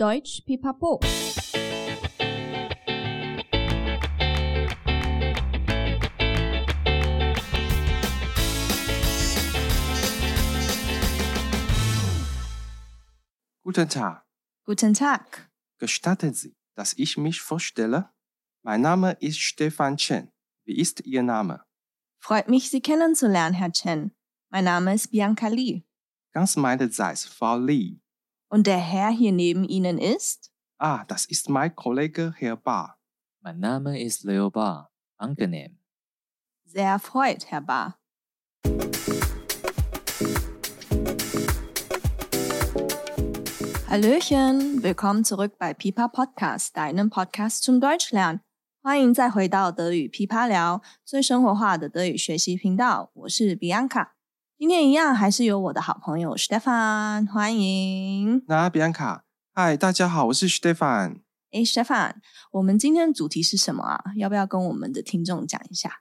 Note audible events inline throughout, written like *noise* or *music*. Deutsch Pipapo. Guten Tag. Guten Tag. Gestatten Sie, dass ich mich vorstelle? Mein Name ist Stefan Chen. Wie ist Ihr Name? Freut mich, Sie kennenzulernen, Herr Chen. Mein Name ist Bianca Li. Ganz meinerseits, Frau Li. Und der Herr hier neben Ihnen ist? Ah, das ist mein Kollege Herr Ba. Mein Name ist Leo Ba. Angenehm. Sehr erfreut, Herr Ba. Hallöchen, willkommen zurück bei Pipa Podcast, deinem Podcast zum Deutschlernen.欢迎再回到德语噼啪聊，最生活化的德语学习频道。我是 Bianca，今天一样还是有我的好朋友 Stefan，欢迎。 Na, Bianca. Hi, 大家好，我是 Stefan。诶 s t e f a n 我们今天的主题是什么啊？要不要跟我们的听众讲一下？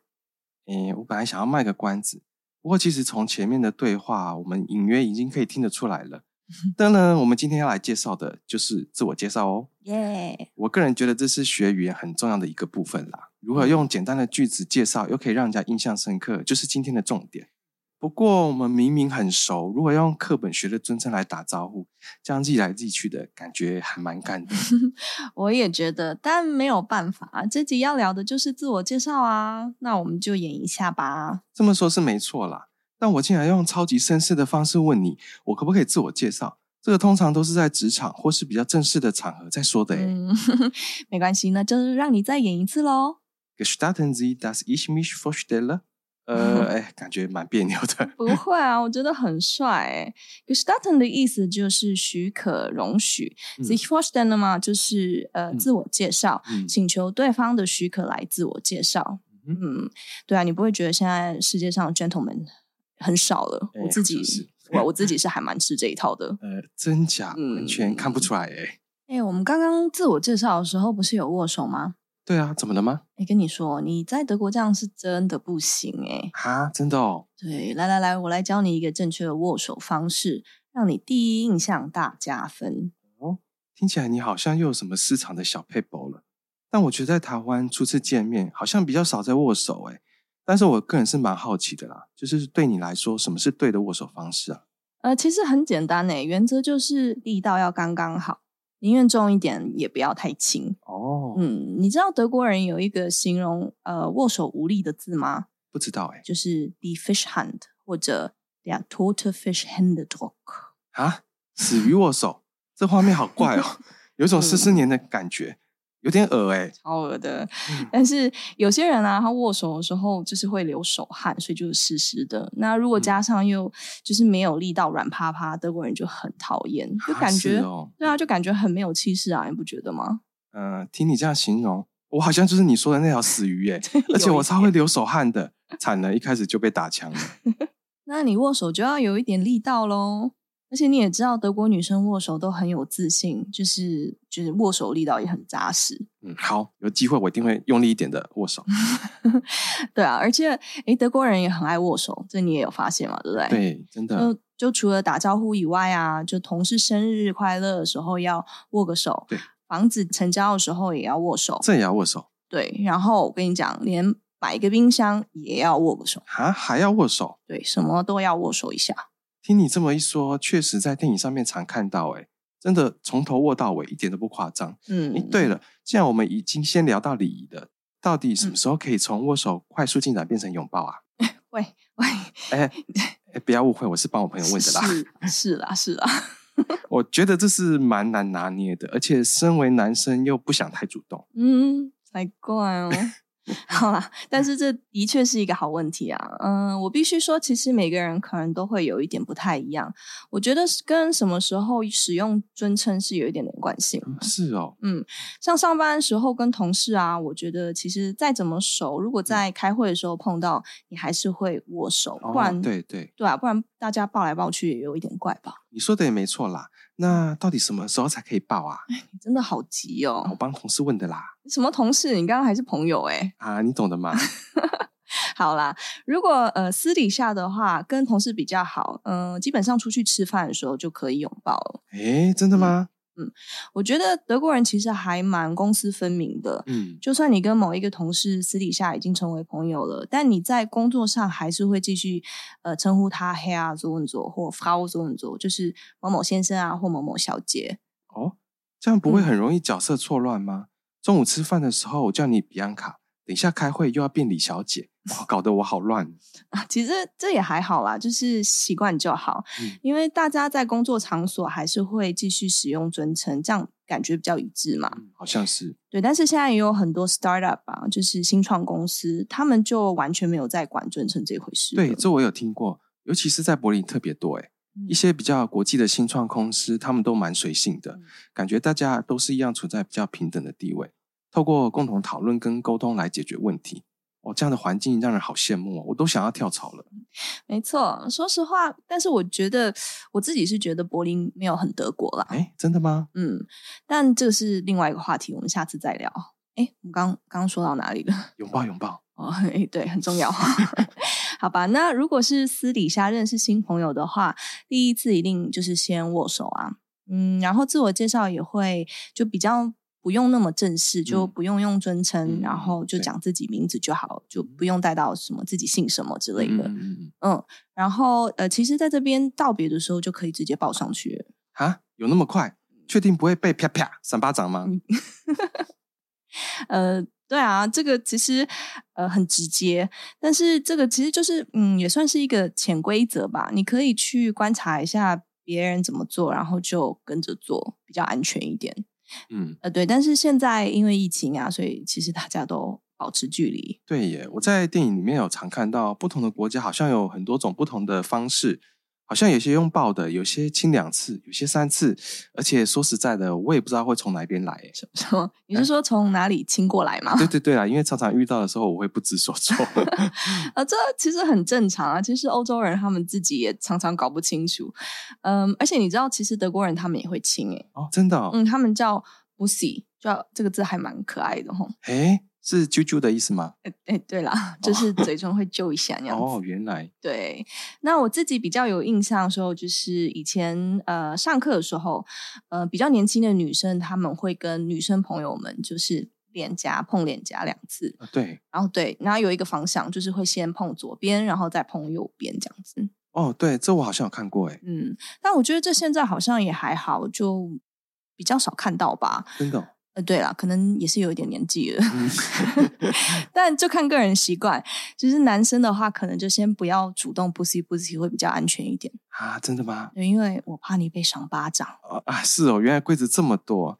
诶，Eh, 我本来想要卖个关子，不过其实从前面的对话，我们隐约已经可以听得出来 *laughs* 了。当然，我们今天要来介绍的就是自我介绍哦。耶、我个人觉得这是学语言很重要的一个部分啦。如何用简单的句子介绍，又可以让人家印象深刻，就是今天的重点。不过我们明明很熟，如果用课本学的尊称来打招呼，这样记来记去的感觉还蛮干的。我也觉得，但没有办法，这集要聊的就是自我介绍啊。那我们就演一下吧。这么说是没错啦，但我竟然用超级绅士的方式问你，我可不可以自我介绍？这个通常都是在职场或是比较正式的场合在说的、欸。嗯， *laughs* 没关系，那就是让你再演一次喽。 Gestatten Sie, dass ich mich vorstelle？呃，哎，感觉蛮别扭的。不会啊，我觉得很帅诶。Gestatten 的意思就是许可、容许。嗯 Sich vorstellen 嘛，就是呃、嗯自我介绍，嗯请求对方的许可来自我介绍。嗯嗯，对啊，你不会觉得现在世界上 gentleman 很少了？哎我自己好像是， *laughs* 我我自己是还蛮吃这一套的。呃，真假嗯完全看不出来哎、哎、我们刚刚自我介绍的时候不是有握手吗？对啊，怎么了吗？哎、跟你说，你在德国这样是真的不行哎、啊，真的哦，对，来来来，我来教你一个正确的握手方式，让你第一印象大加分。听起来你好像又有什么市场的小配博了。但我觉得在台湾初次见面好像比较少在握手哎、但是我个人是蛮好奇的啦，就是对你来说，什么是对的握手方式啊？呃，其实很简单诶，原则就是力道要刚刚好，宁愿重一点，也不要太轻。哦，嗯，你知道德国人有一个形容呃握手无力的字吗？不知道哎、就是 die fish hand 或者 der tote fish Händedruck。啊，死鱼握手，这画面好怪哦，有一 *laughs* 嗯种四四年的感觉，有点恶哎、超额的，嗯但是有些人啊，他握手的时候就是会流手汗，所以就是湿湿的。那如果嗯加上又就是没有力道，软趴趴，德国人就很讨厌，就啊感是觉、哦，对啊，就感觉很没有气势啊，你不觉得吗？嗯，听你这样形容，我好像就是你说的那条死鱼 *laughs* 耶、而且有我一超会流手汗的，惨了，一开始就被打枪了。那你握手就要有一点力道喽。而且你也知道，德国女生握手都很有自信，就是就是握手力道也很扎实。嗯，好，有机会我一定会用力一点的握手。对啊，而且诶，德国人也很爱握手，这你也有发现嘛，对 *laughs* 不对？嗯对，真的，就就除了打招呼以外啊，就同事生日快乐的时候要握个手，对，房子成交的时候也要握手，这也要握手对。然后我跟你讲，连买个冰箱也要握个手，啊？还要握手？对，什么都要握手一下。听你这么一说，确实在电影上面常看到、欸，真的从头握到尾，一点都不夸张。诶嗯，嗯对了，既然我们已经先聊到礼仪了，到底什么时候可以从握手快速进展变成拥抱啊？喂喂， *laughs* 哎、哎不要误会，我是帮我朋友问的啦。是是啦是啦， *laughs* 我觉得这是蛮难拿捏的，而且身为男生又不想太主动。嗯，才怪 *laughs* 哦。好啦，但是这的确是一个好问题啊。嗯，我必须说，其实每个人可能都会有一点不太一样。我觉得是跟什么时候使用尊称是有一点连贯性。是哦，像上班的时候跟同事啊，我觉得其实再怎么熟，嗯如果在开会的时候碰到，你还是会握手，哦不然、对对，对啊，不然大家抱来抱去也有一点怪吧。你说的也没错啦。那到底什么时候才可以抱啊？你真的好急啊我哦！帮同事问的啦。什么同事？你刚刚还是朋友欸诶、啊，你懂的嘛？ *laughs* 好啦，如果呃私底下的话，呃跟同事比较好，嗯、基本上出去吃饭的时候就可以拥抱了。诶，真的吗？我觉得德国人其实还蛮公私分明的，嗯，就算你跟某一个同事私底下已经成为朋友了，但你在工作上还是会继续呃称呼他 Herr 佐文佐或 Frau 佐文佐，就是某某先生啊或某某小姐。 *laughs* 哦，这样不会嗯很容易角色错乱吗？中午吃饭的时候我叫你比安卡，等一下开会又要变李小姐，哇，搞得我好乱。哦啊其实这也还好啦，就是习惯就好，嗯因为大家在工作场所还是会继续使用尊称，这样感觉比较一致嘛。嗯好像是，对，但是现在也有很多 startup 啊，就是新创公司，他们就完全没有在管尊称这回事了。对，这我有听过，尤其是在柏林特别多，哎，嗯一些比较国际的新创公司，他们都蛮随性的嗯，感觉大家都是一样处在比较平等的地位，透过共同讨论跟沟通来解决问题。哦，这样的环境让人好羡慕哦，我都想要跳槽了。没错，说实话，但是我觉得我自己是觉得柏林没有很德国啦，哎，真的吗？嗯，但这是另外一个话题，我们下次再聊。哎，我们刚刚刚说到哪里了？拥抱拥抱，哦， *laughs* 哎，对，很重要。好吧，那如果是私底下认识新朋友的话，第一次一定就是先握手啊，嗯，然后自我介绍也会就比较不用那么正式，就嗯不用用尊称，嗯然后就对讲自己名字就好，就不用带到什么自己姓什么之类的。嗯嗯嗯，嗯，然后呃，其实在这边道别的时候就可以直接报上去了。啊，有那么快？确定不会被啪啪扇巴掌吗？呃，对啊，这个其实呃很直接，但是这个其实就是嗯，也算是一个潜规则吧。你可以去观察一下别人怎么做，然后就跟着做，比较安全一点。嗯，呃，对，但是现在因为疫情啊，所以其实大家都保持距离。 *laughs* 对耶，我在电影里面有常看到，不同的国家好像有很多种不同的方式，好像有些拥抱的，有些亲两次，有些三次，而且说实在的，我也不知道会从哪边来耶。说你是说从哪里亲过来吗？ *laughs* 对对对啦，因为常常遇到的时候，我会不知所措。啊，这其实很正常啊。其实欧洲人他们自己也常常搞不清楚，嗯，而且你知道，其实德国人他们也会亲诶、哦，真的、哦？嗯，他们叫 bussy，叫这个字还蛮可爱的吼。哎、是啾啾的意思吗？哎哎，对啦，就是嘴唇会揪一下那样子。哦，原来，对，那我自己比较有印象的时候，就是以前呃上课的时候，呃比较年轻的女生，她们会跟女生朋友们就是脸颊碰脸颊两次，呃对，然后对，然后有一个方向就是会先碰左边，然后再碰右边这样子。哦，对，这我好像有看过，哎，嗯，但我觉得这现在好像也还好，就比较少看到吧。真的哦、呃，对啦，可能也是有一点年纪了，嗯但就看个人习惯。就是男生的话，可能就先不要主动 pussy pussy 会比较安全一点，啊，真的吗？对因为我怕你被赏巴掌。哦啊，是哦，原来柜子这么多，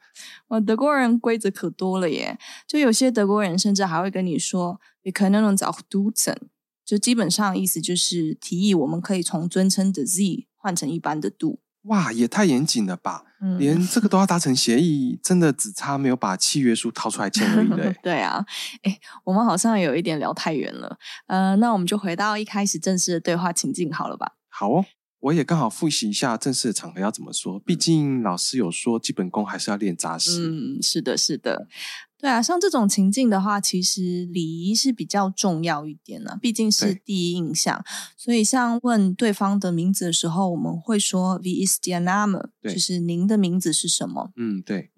哇，德国人规则可多了耶，就有些德国人甚至还会跟你说 “wir können uns auch duzen”，就基本上意思就是提议我们可以从尊称的 z 换成一般的 do。哇，也太严谨了吧！嗯。连这个都要达成协议，真的只差没有把契约书掏出来签而已嘞 *laughs* 对啊，哎，我们好像有一点聊太远了，呃，那我们就回到一开始正式的对话情境好了吧？好哦，我也刚好复习一下正式的场合要怎么说，毕竟老师有说基本功还是要练扎实。嗯，是的，是的，对啊，像这种情境的话，其实礼仪是比较重要一点呢、啊毕竟是对第一印象。所以，像问对方的名字的时候，我们会说 “V is your name”，对就是您的名字是什么？嗯，对，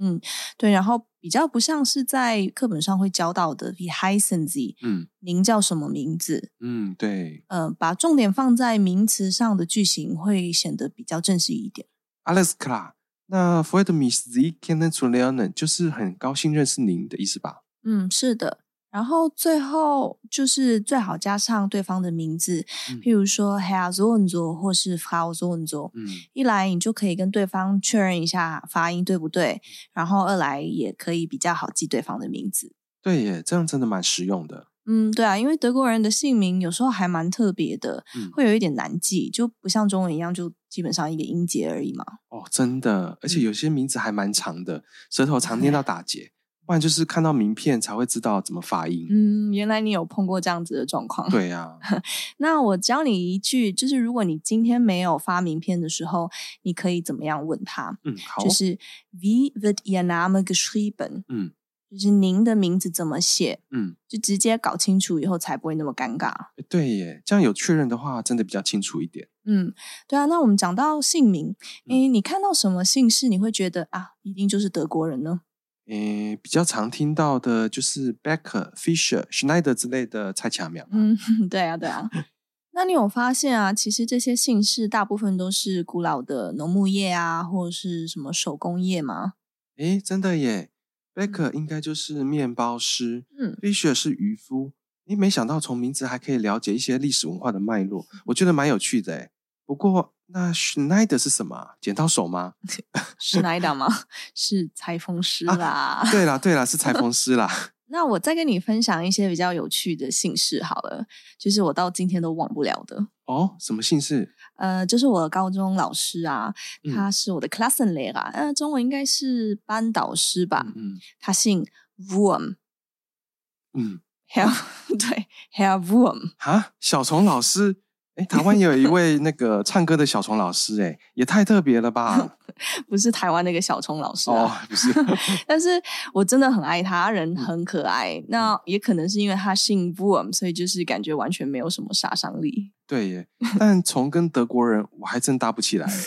对，然后比较不像是在课本上会教到的 “V h i s e n z 嗯您叫什么名字？嗯，对。呃，把重点放在名词上的句型会显得比较正式一点。 Alles klar，那 Freud mich Sie kennen zu lernen 就是很高兴认识您的意思吧？嗯，是的。然后最后就是最好加上对方的名字，嗯譬如说 Herr so und so 或是 Frau so und so。嗯，一来你就可以跟对方确认一下发音对不嗯对，然后二来也可以比较好记对方的名字。对耶，这样真的蛮实用的。嗯，对啊，因为德国人的姓名有时候还蛮特别的，嗯，会有一点难记，就不像中文一样，就基本上一个音节而已嘛。哦，真的，而且嗯有些名字还蛮长的，舌头常念到打结，不然就是看到名片才会知道怎么发音。嗯，原来你有碰过这样子的状况。对呀、那我教你一句，就是如果你今天没有发名片的时候，你可以怎么样问他？ *laughs* 嗯，好就，是 Wie wird Ihr Name geschrieben？嗯，就是您的名字怎么写？嗯，就直接搞清楚以后才不会那么尴尬。诶对耶，这样有确认的话，真的比较清楚一点。嗯，对啊。那我们讲到姓名，诶，你看到什么姓氏，你会觉得啊，一定就是德国人呢？诶，比较常听到的就是 Becker、Fisher、Schneider 之类的菜巧苗。嗯， *laughs* 对啊，对啊。那你有发现啊？其实这些姓氏大部分都是古老的农牧业啊，或者是什么手工业吗？诶，真的耶，Becker 应该就是面包师嗯，Fisher 是渔夫。你没想到从名字还可以了解一些历史文化的脉络，嗯我觉得蛮有趣的诶。不过那 Schneider 是什么啊？剪刀手吗？ ，Schneider 吗？ *laughs* 是裁缝师啊啦。对啦对啦，是裁缝师 *laughs* 啦。那我再跟你分享一些比较有趣的姓氏好了，就是我到今天都忘不了的。哦，什么姓氏？呃，就是我的高中老师啊，嗯他是我的 Klassenlehrer，、呃，中文应该是班导师吧。嗯他姓 Wurm，Herr 嗯， *laughs* 对 Herr Wurm，哈，小虫老师。诶，台湾也有一位那个唱歌的小虫老师，诶，也太特别了 *laughs* 吧？不是台湾那个小虫老师、啊、哦，嗯不是， *laughs* 但是我真的很爱他，人很可爱。那也可能是因为他姓 Boom，所以就是感觉完全没有什么杀伤力。对耶，但虫跟德国人我还真搭不 *laughs* 起来耶。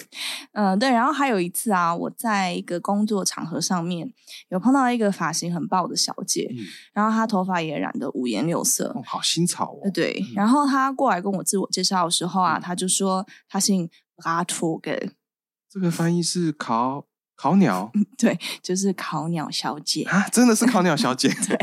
嗯、对。然后还有一次啊，我在一个工作场合上面有碰到一个发型很爆的小姐，嗯，然后她头发也染得五颜六色。哦，好新潮哦呃。对，然后她过来跟我自我介绍的时候啊，嗯她就说她姓 r a t o g e 这个翻译是烤烤鸟嗯就是烤鸟小姐。 *laughs* 啊，真的是烤鸟小姐。 *laughs* 对，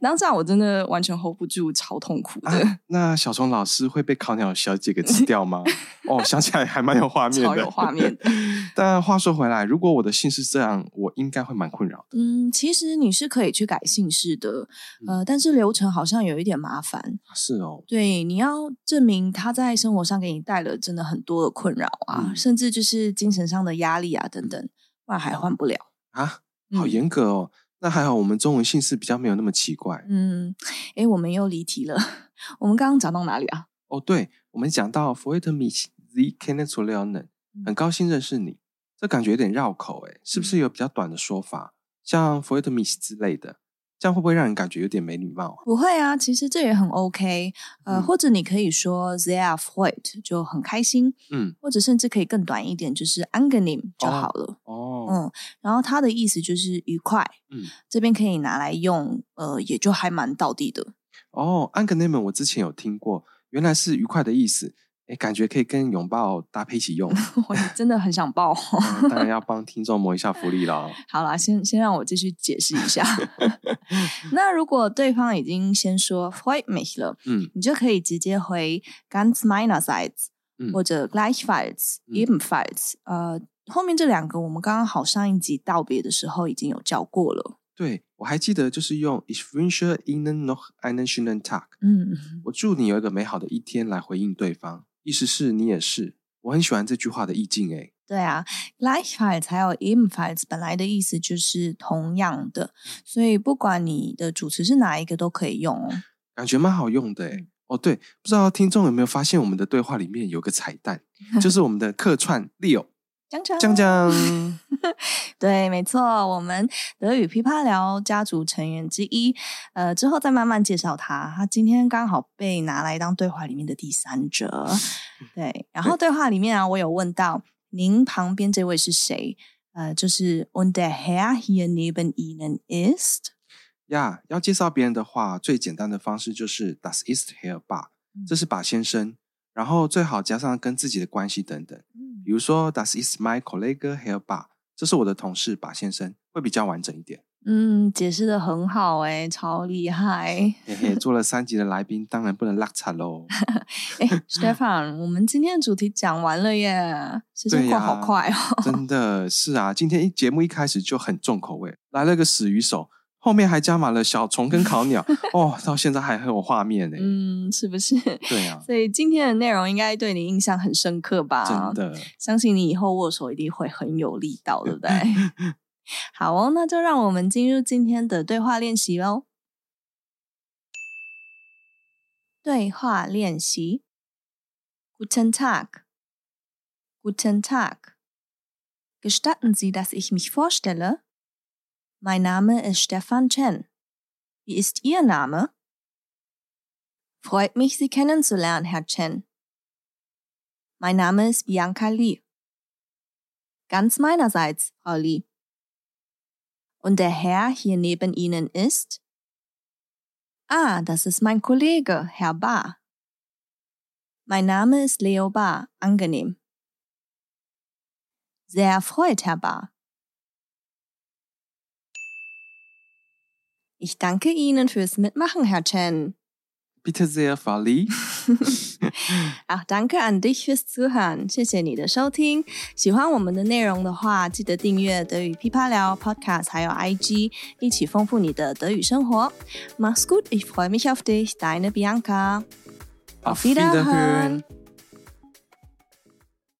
当下我真的完全 hold 不住，超痛苦的。啊，那小虫老师会被烤鸟小姐给 *laughs* 吃掉吗？哦，想起来还蛮有画面的，超有画面。 *laughs* 但话说回来，如果我的姓是这样，我应该会蛮困扰的。嗯，其实你是可以去改姓氏的，嗯呃，但是流程好像有一点麻烦。是哦，对，你要证明他在生活上给你带了真的很多的困扰啊，嗯甚至就是精神上的压力啊等等，不然还换不了。啊，好嗯严格哦。那还好，我们中文姓氏比较没有那么奇怪。嗯，诶，我们又离题了。 *laughs* 我们刚刚讲到哪里啊？哦，对，我们讲到 f o r t e m i s the c a n e t u l e o n e 嗯很高兴认识你。这感觉有点绕口诶，是不是有比较短的说法，像 f o r t e m i s 之类的？这样会不会让人感觉有点没礼貌啊？不会啊，其实这也很 OK。呃，嗯或者你可以说 they are freut，就很开心，嗯，或者甚至可以更短一点，就是 angenehm 就哦好了。哦，嗯，然后它的意思就是愉快。嗯，这边可以拿来用，呃，也就还蛮到地的。 *laughs* 哦 a n g e n e m 我之前有听过，原来是愉快的意思。诶，感觉可以跟拥抱搭配一 *laughs* 起用。我真的很想爆。嗯当然要帮听众谋一下福利了。好啦，先先让我继续解释一下。 *laughs* 那如果对方已经先说 “freut mich” 了，嗯，你就可以直接回 “ganz meinerseits” 嗯或者 “gleichfalls”、嗯 “ebenfalls”。呃，后面这两个我们刚刚好上一集道别的时候已经有教过了。对，我还记得就是用 Ich wünsche Ihnen noch einen schönen Tag。嗯，我祝你有一个美好的一天来回应对方，意思是你也是。我很喜欢这句话的意境欸诶。对啊，gleichfalls 还有 ebenfalls 本来的意思就是同样的，所以不管你的主词是哪一个都可以用哦。感觉蛮好用的嗯诶。哦，对，不知道听众有没有发现我们的对话里面有个彩蛋，就是我们的客 *laughs* 串哦 Leo 江江江，江。对，没错，我们德语噼啪聊家族成员之一，呃，之后再慢慢介绍他。他今天刚好被拿来当对话里面的第三者，嗯对。然后对话里面啊，我有问到您旁边这位是谁？呃，就是 Und der Herr hier neben Ihnen ist。呀要介绍别人的话，最简单的方式就是 Das ist Herr Bar，嗯这是把先生，然后最好加上跟自己的关系等等。比如说，Das ist my Kollege Herr Bar，这是我的同事把先生，会比较完整一点。嗯，解释的很好哎、超厉害嘿 *laughs* 嘿，做了三集的来宾，当然不能落差喽。 *laughs* 哎、s t e p h a n 我们今天的主题讲完了耶，时间对过呀好快哦。真的是啊，今天一节目一开始就很重口味，来了个死鱼手，后面还加满了小虫跟烤 *laughs* 鸟，哦，到现在还很有画面呢、嗯，是不是？对啊，所以今天的内容应该对你印象很深刻吧？真，的，相信你以后握手一定会很有力道，对不 *laughs* 对？好哦，那就让我们进入今天的对话练习喽。对话练习：Guten Tag, Guten Tag. Gestatten Sie, dass ich mich vorstelle? Mein Name ist Stefan Chen. Wie ist Ihr Name? Freut mich, Sie kennenzulernen, Herr Chen. Mein Name ist Bianca Lee. Ganz meinerseits, Frau Lee. Und der Herr hier neben Ihnen ist? Ah, das ist mein Kollege, Herr Ba. Mein Name ist Leo Ba. Angenehm. Sehr erfreut, Herr Ba. Ich danke Ihnen fürs Mitmachen, Herr Chen. Bitte sehr, Fali. Auch danke an dich fürs Zuhören，谢谢你的收听。喜欢我们的内容的话，记得订阅德语噼啪聊 Podcast，还有 IG，一起丰富你的德语生活。Mach's gut，ich freue mich auf dich，deine Bianca。Auf Wiederhören